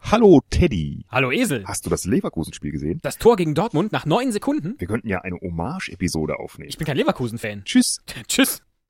Hallo Teddy. Hallo Esel. Hast du das Leverkusen-Spiel gesehen? Das Tor gegen Dortmund nach neun Sekunden? Wir könnten ja eine Hommage-Episode aufnehmen. Ich bin kein Leverkusen-Fan. Tschüss. Tschüss.